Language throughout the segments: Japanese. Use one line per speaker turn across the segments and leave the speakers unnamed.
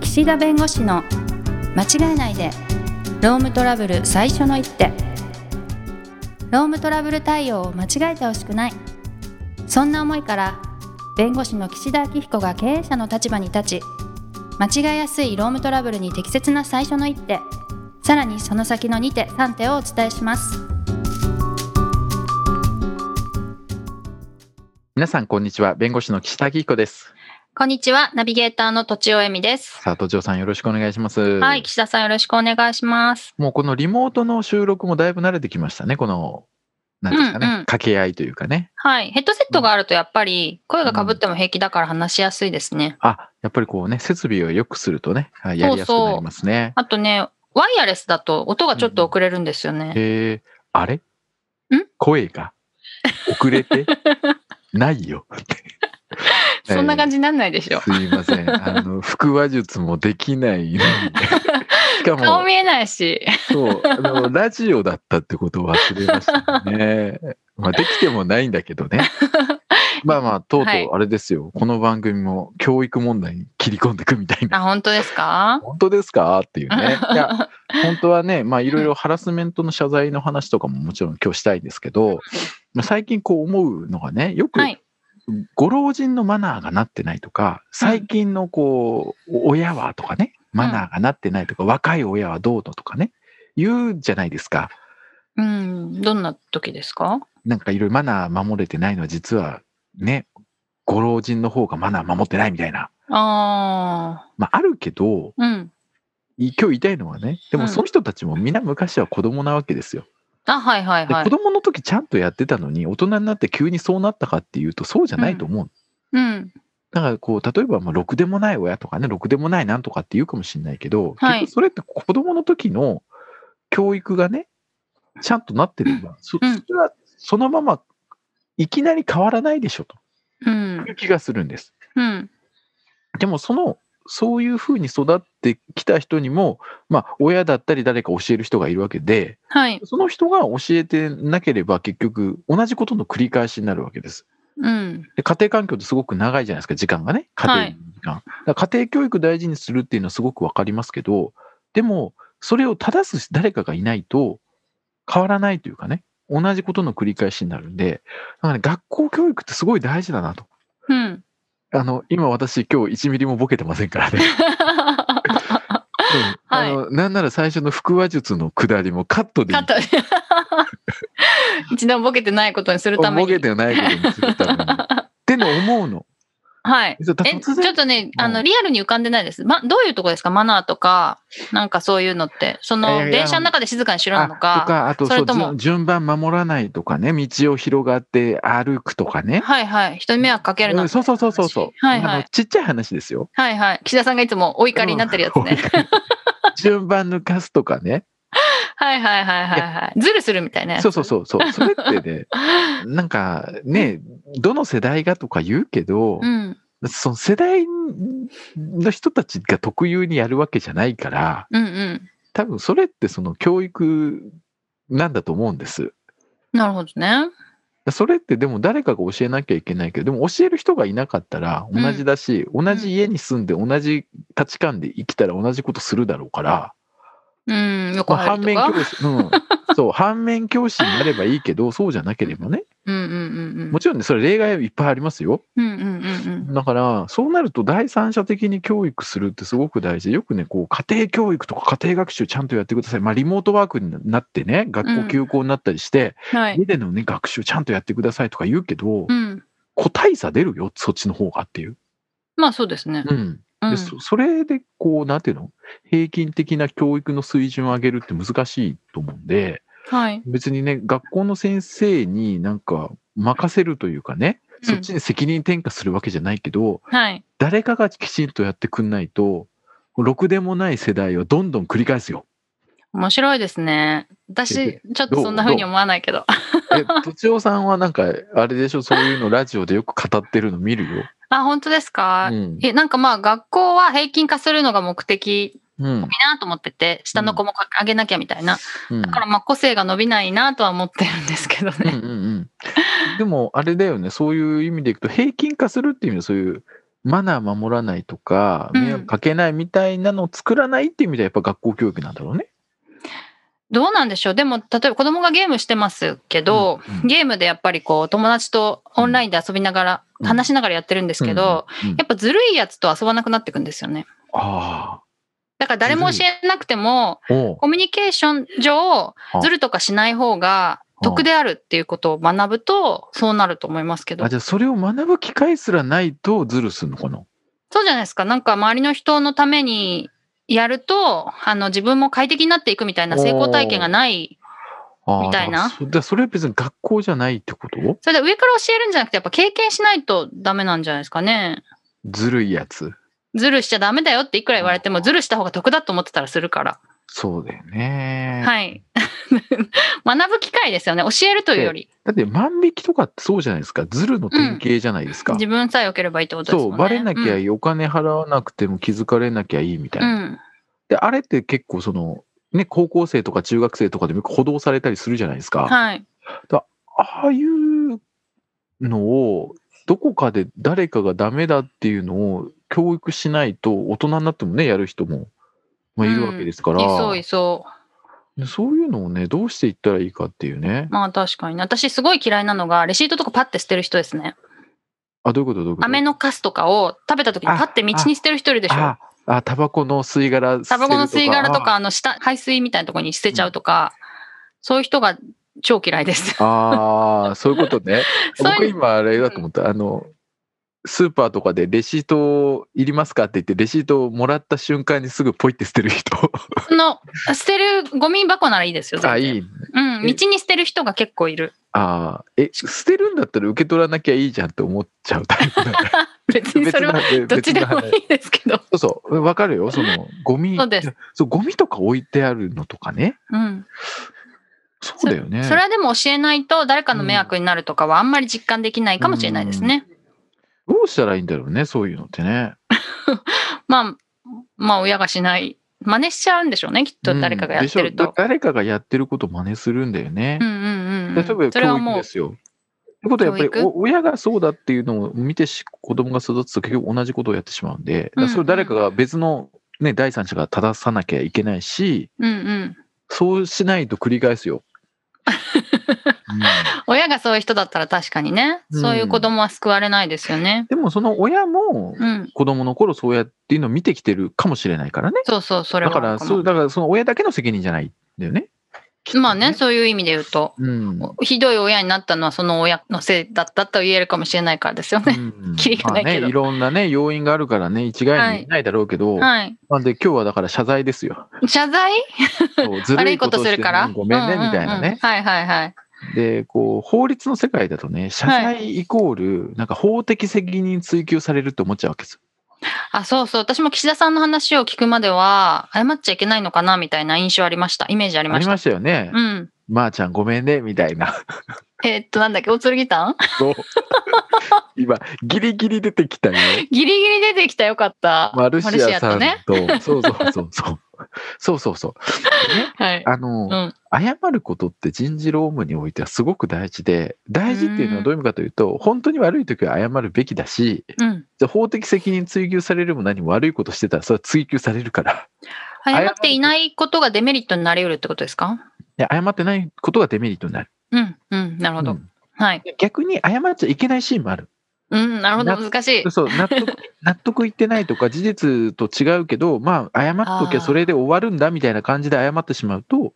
岸田弁護士の間違えないでロームトラブル最初の一手ロームトラブル対応を間違えてほしくないそんな思いから弁護士の岸田明彦が経営者の立場に立ち間違えやすいロームトラブルに適切な最初の一手さらにその先の2手3手をお伝えします
皆さん、こんにちは。弁護士の岸田明彦です。
こんにちはナビゲーターのとちおえみです
さあ、都庁さん、よろしくお願いします。
はい岸田さんよろしくお願いします
もうこのリモートの収録もだいぶ慣れてきましたね。この、なんですかね、
うんうん
掛け合いというかね。
はいヘッドセットがあるとやっぱり声がかぶっても平気だから話しやすいですね、
あ、やっぱりこうね、設備を良くするとね、はいやりやすくなりますね。
あとねワイヤレスだと音がちょっと遅れるんですよね、
えー、あれ声が遅れ てないよ。
そんな感じになんないでしょ。
すいません。あの、腹話術もできな いのに。しかも、
顔見えないし。
そう、あの、ラジオだったってことを忘れました ね。まあ、できてもないんだけどね。まあまあ、とうと
はいう
あれですよ。この番組も教育問題に切り込んでいくみたい な。
あ、本当ですか
本当ですかっていう ね。いや、本当はね、まあ、いろいろハラスメントの謝罪の話とかももちろん今日したいですけど、まあ、最近こう思うのがね、よく
はい。
ご老人のマナーがなってないとか、最近のこう、親はとかね、マナーがなってないとか、若い親はどうのとかね、言うじゃないですか。
うん。どんな時ですか
なんかいろいろマナー守れてないのは実はね、ご老人の方がマナー守ってないみたいな。
あ
まああるけど、
あ。うん。
い今日言いたいのはね、で
う
も
ん
その人たちもみんな昔は子供なわけですよ。
あ、はいはい
で
はい
子。供の時ちゃんとやってたのに、大人になって急にそうなったかっていうと、そうじゃないと思う。
うん。
だからこう、例えばまあ、ろくでもない親とかね、ろくでもないなんとかって言うかもしれないけど、
はい
結局それって子供の時の教育がね、ちゃんとなってれば、そ
うん
それはそのままいきなり変わらないでしょと
うん
い。う気がするんです。
うん。
でもそのそういうふうに育ってきた人にも、まあ、親だったり誰か教える人がいるわけで
はい。
その人が教えてなければ結局同じことの繰り返しになるわけです。
うん。
で家庭環境ってすごく長いじゃないですか時間がね家庭の時間、だから家庭教育大事にするっていうのはすごくわかりますけどでもそれを正す誰かがいないと変わらないというかね同じことの繰り返しになるんでだから、ね、学校教育ってすごい大事だなと。
うん。
あの今私今日1ミリもボケてませんからね。うん
はい
あのなんなら最初の腹話術のくだりもカットでい
カ
い
ット。 一度もボケてないことにするため
ボケ
に。
てないことにする ために。っての思うの。
はい。
そうだ
え、ち
突
ょ
然
っとね、
うん
あの、リアルに浮かんでないです。ま、どういうとこですかマナーとか、なんかそういうのって。そ
いやい
の、
やいや
電車の中で静かにしろな
あ
の
と
か。
かあと
そ
そ
れ
う
とも
順順番守らないとかね道を広がって歩くとかね。
はいはい。人に迷惑かけるな
うんん
て
そうそうそうそうそう。
はいはい
あのちっちゃい話ですよ。
はいはい。岸田さんがいつもお怒りになってるやつね。
順番抜かすとかね。
はいはいはいはいはい。ズルするみたいなやつ。
そうそうそうそう。それって ねなんかねどの世代がとか言うけど、
うん。
その世代の人たちが特有にやるわけじゃないから。
うんうん。
多分それってその教育なんだと思うんです。
なるほどね。
それってでも誰かが教えなきゃいけないけど、でも教える人がいなかったら
うん
同じだし、同じ家に住んで同じ価値観で生きたら同じことするだろうから、
うん。よく
まあ
あ
反
ると
面
か。
教師、うん、そう、反面教師になればいいけど、そうじゃなければね、
うんうんうん
もちろんね、それ例外はいっぱいありますよ。
うん。うんうんうん
だから、そうなると第三者的に教育するってすごく大事で、よくね、こう、家庭教育とか家庭学習ちゃんとやってください。まあ、リモートワークになってね、学校休校になったりして、
うん。はい。
家でのね、学習ちゃんとやってくださいとか言うけど、
うん。
個体差出るよ、そっちの方がっていう。
まあそうですね。
うん。
う
で
ん。
そそれで、こう、なんていうの平均的な教育の水準を上げるって難しいと思うんで、
はい。
別にね、学校の先生になんか任せるというかね、そっちに責任転嫁するわけじゃないけど、
はい。
誰かがきちんとやってくんないと、ろくでもない世代をどんどん繰り返すよ。
面白いですね。私
え、
ちょっとそんな風に思わないけど。
え、とちおさんはなんか、あれでしょ、そういうのラジオでよく語ってるの見るよ。
あ、本当ですか
うん。
え、なんかまあ学校は平均化するのが目的
うん。
いいなと思ってて、下の子も上げなきゃみたいな。
うん
だからまあ個性が伸びないなとは思ってるんですけど
うんう
ね。
んうん、でもあれだよねそういう意味でいくと平均化するっていう意味でそういうマナー守らないとか、
うん
迷惑かけないみたいなのを作らないっていう意味ではやっぱ学校教育なんだろうね。
どうなんでしょうでも、例えば子供がゲームしてますけど、
うん
ゲームでやっぱりこう友達とオンラインで遊びながら、
うん
話しながらやってるんですけど、、
うんうん
やっぱずるいやつと遊ばなくなってくんですよね。
あ
だから誰も教えなくても、
あ、おう
コミュニケーション上、ずるとかしない方が得であるっていうことを学ぶと、そうなると思いますけど
あ。じゃあそれを学ぶ機会すらないとズルするのかな。
そうじゃないですか。なんか周りの人のためにやると、あの自分も快適になっていくみたいな成功体験がない。
あー
みたいな
だからそだからそれは別に学校じゃないってこと
それで上から教えるんじゃなくて、やっぱ経験しないとダメなんじゃないですかね。
ずるいやつ。
ズルしちゃダメだよっていくら言われても、ズルした方が得だと思ってたらするから。
そうだよね。
はい。 学ぶ機会ですよね。教えるというより。
だって万引きとかってそうじゃないですか。ずるの典型じゃないですか。
自分さえ良ければいいってことです
そ
もん
う、
ね。
バレなきゃ
い
いい、お金払わなくても気づかれなきゃいいみたいな。
うん。
で、あれって結構その、ね、高校生とか中学生とかでも補導されたりするじゃないですか。
はい。
ああいうのを、どこかで誰かがダメだっていうのを教育しないと、大人になってもね、やる人も、まあ、いるわけですから、
いそういそう。
でそういうのをね、どうしていったらいいかっていうね。
まあ確かにね私すごい嫌いなのが、レシートとかパッて捨てる人ですね。
あ、どういうことどういうこと
飴のカスとかを食べた時にパッて道に捨てる人いるでしょ
あ。あ、タバコの吸い殻捨て
タ
ると
バ
か
コの吸い殻とか、
あ
あの、下、排水みたいなところに捨てちゃうとか、そういう人が超嫌いです。。
あーそういうことね
そういう
僕今あれだと思った。あの、スーパーとかでレシートいりますかって言って、レシートをもらった瞬間にすぐポイって捨てる人。
その、捨てるゴミ箱ならいいですよ。
あ、
全然
いい。
うん、道に捨てる人が結構い る。
あーえ、捨てるんだったら受け取らなきゃいいじゃんって思っちゃうタイプだね
別 にそれは、
別
どっちでも
い
いいですけど。
そうそう、わかるよ。その、ゴミ。
そうです
そうゴミとか置いてあるのとかね。
うん。
そうだよね。
それはでも教えないと、誰かの迷惑になるとかはあんまり実感できないかもしれないですね。
どうしたらいいんだろうね、そういうのってね。
まあ、まあ、親がしない。真似しちゃうんでしょうね、きっと誰かがやってる
うんでしょ
と。
誰かがやってることを真似するんだよね
うん。うんうんう
例えば
ん。それは
教育
も
で
う、
すよ。ってことはやっ
教
ぱり
育
お親がそうだっていうのを見てし子供が育つと結局同じことをやってしまうんで、だからそれを誰かが別の、ね、第三者が正さなきゃいけないし
うんうん。
そうしないと繰り返す よ。うん
親がそういう人だったら確かにね、
うん
そういう子供は救われないですよね。
でもその親も
うん。
子供の頃そうやっていうのを見てきてるかもしれないからね。
そうそう、それ
だ
は
か
ある
ら
も
そうだからその親だけの責任じゃないんだよね。きっと
まあね、。そういう意味で言うと、
うん。
ひどい親になったのはその親のせいだったと言えるかもしれないから ですよね。
うん
キリがないけど
まあね、いろんなね要因があるからね一概に言えないだろうけど、
はい。
なんで今日はだから謝罪ですよ。
謝罪
そうず
悪
る
い
い
こ
ことと
す
す
る
る
か。
からら。ごめんね、
ううう
みたいなね。
はいはいはい。
で、こう、法律の世界だとね、謝罪イコール、なんか法的責任追及されるって思っちゃうわけですよ。
あ、そうそう。私も岸田さんの話を聞くまでは、謝っちゃいけないのかなみたいな印象ありました。イメージあり
あ
ま
り
した。
ましたよね。
うん。
まー、ちゃんごめんね、みたいな。
えーっと、なんだっけ、おつるぎたん
そう今、ギリギリ出てきたよ。
ギリギリ出てきたよかった。
マルシアさん
マルシ
と、そうそうそうそう。そうそうそう。でね、
アとね。はい。
あの、
うん
謝ることって人事労務においてはすごく大事で、大事っていうのはどういう意味かというと、本当に悪い時は謝るべきだし、
うん。
じゃあ法的責任追及されるも何も悪いことしてたらそれは追及されるから。
謝っていないことがデメリットになり得るってことですか
で謝ってないことがデメリットになる。
うん、うん、なるほど。
うん
はい。
で逆に謝っちゃいけないシーンもある。
うん、なるほど、
な
難しい。
そう 納得納得いってないとか事実と違うけどまあ謝っときゃそれで終わるんだみたいな感じで謝ってしまうと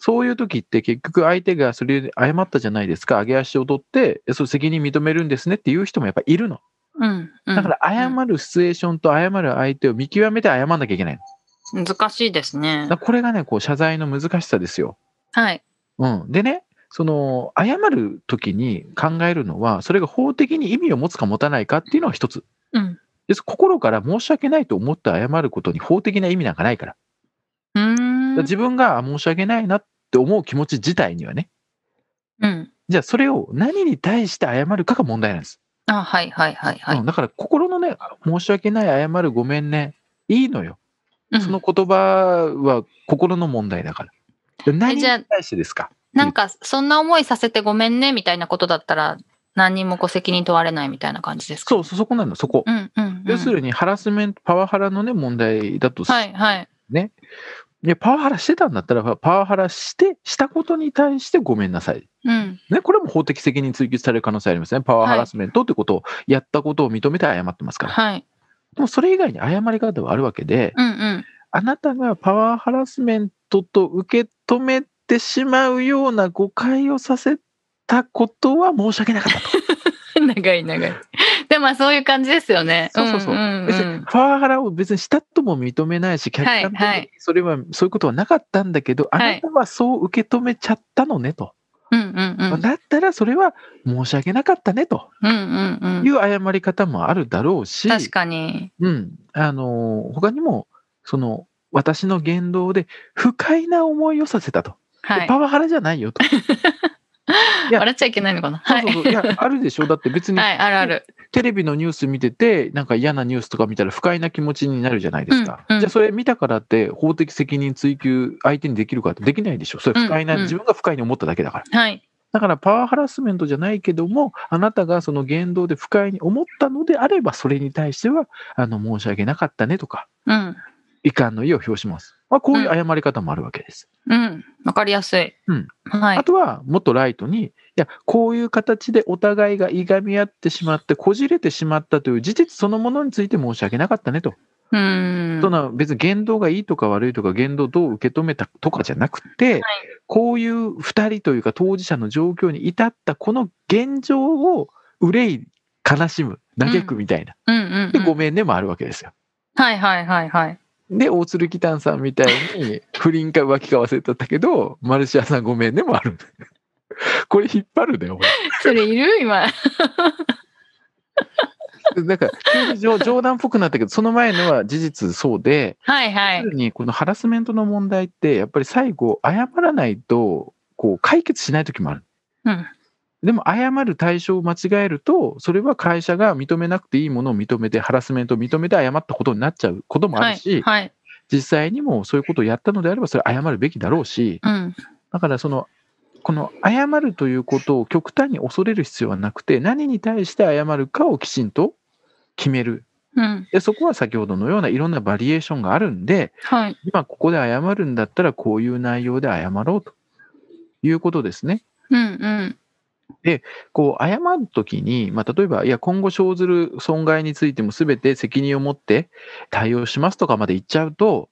そういう時って結局相手がそれで謝ったじゃないですか上げ足を取ってえそう責任認めるんですねっていう人もやっぱいるの。
うん、うん。
だから謝るシチュエーションと謝る相手を見極めて謝んなきゃいけないの。
難しいですね
だか。らこれがねこう謝罪の難しさですよ。
はい。
うん、でねその謝る時に考えるのはそれが法的に意味を持つか持たないかっていうのは一つ
うん。
です心から申し訳ないと思って謝ることに法的な意味なんかないから
うー
だ
ん
から。自分があ申し訳ないなって思う気持ち自体にはね
うん。
じゃあそれを何に対して謝るかが問題なんです、
あ、はい、はい、はい、は
う
い
ん、。だから心のね申し訳ない謝るごめんねいいのよ
うん
その言葉は心の問題だからで何に
じゃあ
対してですか
なんか、そんな思いさせてごめんね、みたいなことだったら、何人もこう責任問われないみたいな感じですか
そう、そそこなの、そこ。
うんうんうん、
要するに、ハラスメント、パワハラのね、問題だとす
はいはい
ね。いや、パワハラしてたんだったら、パワハラして、したことに対してごめんなさい。
うん
ね、これも法的責任追及される可能性ありますね。パワーハラスメントってことを、やったことを認めて謝ってますから。
はい
でもそれ以外に謝り方はあるわけで、
うんうん
あなたがパワーハラスメントと受け止めてしまうような誤解をさせたことは申し訳なかったと。
長い長い。でもまあそういう感じですよね。
そうそうそう
うんうん
別
う
に
ん
パワーハラを別にしたとも認めないし、客観的
はいはい
にそれは、そういうことはなかったんだけど、あ
はい
なたはそう受け止めちゃったのねと。
うんうんうん
だったらそれは申し訳なかったねと
うんうん
い
うん。
う謝り方もあるだろうし、
確かに。
うん、あのー他にもその私の言動で不快な思いをさせたと、
はい。
パワハラじゃないよとや
笑っちゃいけないのかな。はい。
そうそ うそういやあるでしょだって別に
はい、あるある。
テレビのニュース見ててなんか嫌なニュースとか見たら不快な気持ちになるじゃないですか、
うんうん
じゃあそれ見たからって法的責任追及相手にできるかってできないでしょそれ不快
う
な、
んうん
自分が不快に思っただけだから
はい。
だからパワーハラスメントじゃないけどもあなたがその言動で不快に思ったのであればそれに対してはあの申し訳なかったねとか
うん。
遺憾の意を表します。まあ、こういう謝り方もあるわけです。
うん。わかりやすい。
うん
はい
あ。とは、もっとライトに、いや、こういう形でお互いがいがみ合ってしまって、こじれてしまったという事実そのものについて申し訳なかったねと。
うん。
そんな別に言動がいいとか悪いとか、言動をどう受け止めたとかじゃなくて、こういう二人というか当事者の状況に至ったこの現状を憂い、悲しむ、嘆くみたいな。
うんうんう
で、ご
ん。
めんねもあるわけですよ。
はいはいはいはい。
で、大鶴喜丹さんみたいに、不倫か浮気か忘れてたけど、マルシアさんごめんねもある。 これ引っ張るね、俺。
それいる今。
なんか、急に冗冗談っぽくなったけど、その前のは事実そうで、
はいは
要
い
す。るにこのハラスメントの問題って、やっぱり最後、謝らないと、こう、解決しない時もある。
うん。
でも、謝る対象を間違えると、それは会社が認めなくていいものを認めて、ハラスメントを認めて謝ったことになっちゃうこともあ
は
る
い
し、
はい。
実際にもそういうことをやったのであれば、それ謝るべきだろうし、
うん。
だからそのこの謝るということを極端に恐れる必要はなくて何に対して謝るかをきちんと決める
うん。
でそこは先ほどのようないろんなバリエーションがあるんで
はい。
今ここで謝るんだったらこういう内容で謝ろうということですね。
うんうん。
こう謝るときに、まあ、例えばいや今後生ずる損害についても全て責任を持って対応しますとかまで言っちゃうと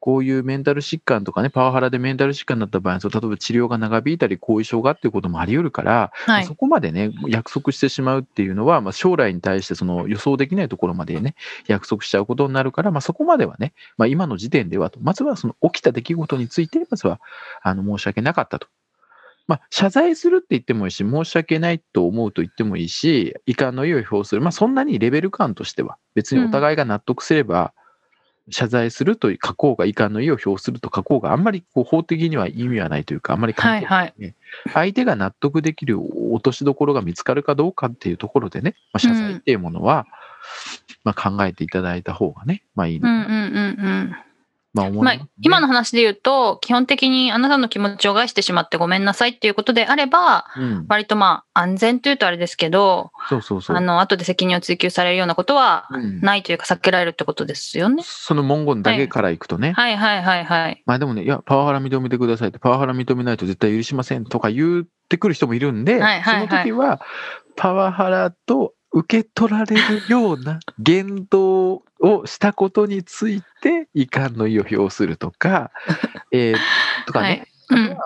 こういうメンタル疾患とかねパワハラでメンタル疾患になった場合そう例えば治療が長引いたり後遺症がっていうこともあり得るから、
はい
そ。こまでね約束してしまうっていうのは、まあ、将来に対してその予想できないところまでね約束しちゃうことになるから、まあ、そこまではね、まあ、今の時点ではとまずはその起きた出来事についてまずはあの申し訳なかったと。まあ、謝罪するって言ってもいいし、申し訳ないと思うと言ってもいいし、遺憾の意を表する、まあ、そんなにレベル感としては、別にお互いが納得すれば、謝罪すると書こうが、遺憾の意を表すると書こうが、あんまりこう法的には意味はないというか、あんまり関係
は
ない
いはい。
相手が納得できる落としどころが見つかるかどうかっていうところでね、まあ、謝罪っていうものは、まあ、考えていただいた方がね、まあいい
うん
の、
うんうんうん。
まあ思い
ま
ます
あ
ね、、
今の話で言うと、基本的にあなたの気持ちを害してしまってごめんなさいっていうことであれば、
うん、
割とまあ安全というとあれですけど、
そうそうそ
あ
う。
の、後で責任を追及されるようなことは
うん
ないというか避けられるってことですよね。
その文言だけからいくとね、
はいはいはいはい。
まあでもね、いや、パワハラ認めてくださいって、パワハラ認めないと絶対許しませんとか言ってくる人もいるん
は
で、
いはいはい
その時は、パワハラと受け取られるような言動をしたことについて、遺憾の意を表すると か、えーとかね、
はいうん。
指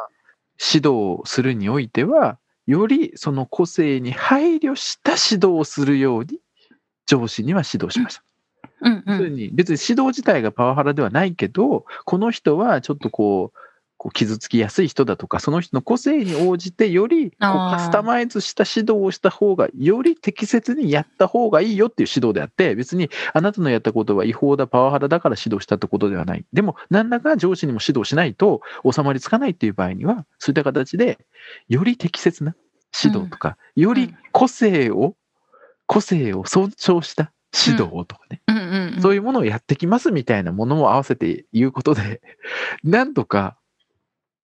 導をするにおいては、よりその個性に配慮した指導をするように、上司には指導しました。
うんう
要する
ん。
に別に指導自体がパワハラではないけどこの人はちょっとこうこう傷つきやすい人だとかその人の個性に応じてよりこう
あー
カスタマイズした指導をした方がより適切にやった方がいいよっていう指導であって別にあなたのやったことは違法だパワハラだから指導したってことではないでも何らか上司にも指導しないと収まりつかないっていう場合にはそういった形でより適切な指導とか、より個性を個性を尊重した指導とかね、
うんうんうん。
そういうものをやってきますみた いなものも合わせて言うことで、なんとか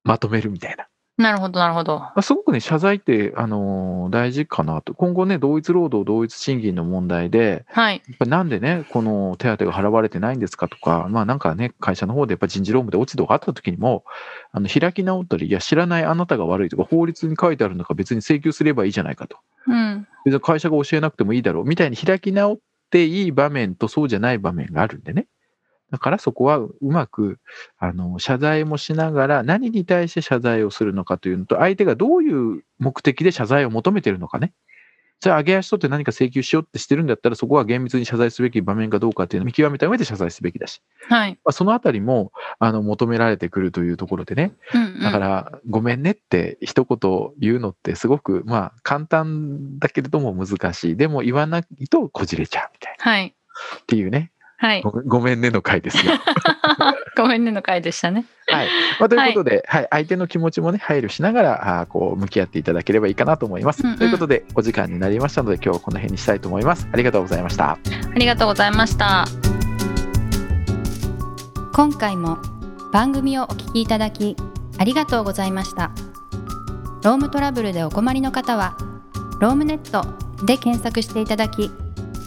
まとめるみたいな。
なるほど、なるほど。
すごくね、謝罪って、あのー大事かなと。今後ね、同一労働、同一賃金の問題で、
はい。
やっぱなんでね、この手当が払われてないんですかとか、まあなんかね、会社の方でやっぱ人事労務で落ち度があった時にも、あの開き直ったり、いや、知らないあなたが悪いとか、法律に書いてあるんだから別に請求すればいいじゃないかと。
うん。
別に会社が教えなくてもいいだろうみたいに開き直っていい場面とそうじゃない場面があるんでね。だからそこはうまくあの謝罪もしながら何に対して謝罪をするのかというのと相手がどういう目的で謝罪を求めてるのかね。それ上げ足取って何か請求しようってしてるんだったらそこは厳密に謝罪すべき場面かどうかっていうのを見極めた上で謝罪すべきだし、
はい。
まあ、そのあたりもあの求められてくるというところでね
うん、うん。
だから、ごめんねって一言言うのってすごく、まあ、簡単だけれども難しい。でも言わないとこじれちゃうみたい
はい。
な。っていうね、
はい。
ごごめんねの回 ですよ。
ごめんねの回でしたね。
はい。まあ、ということで、はい、相手の気持ちもね、配慮しながら、あーこう、向き合っていただければいいかなと思います。
うんうん
ということで、お時間になりましたので、今日はこの辺にしたいと思います。ありがとうございました。
ありがとうございました。今回も番組をお聞きいただきありがとうございました。ロームトラブルでお困りの方は、ロームネットで検索していただき、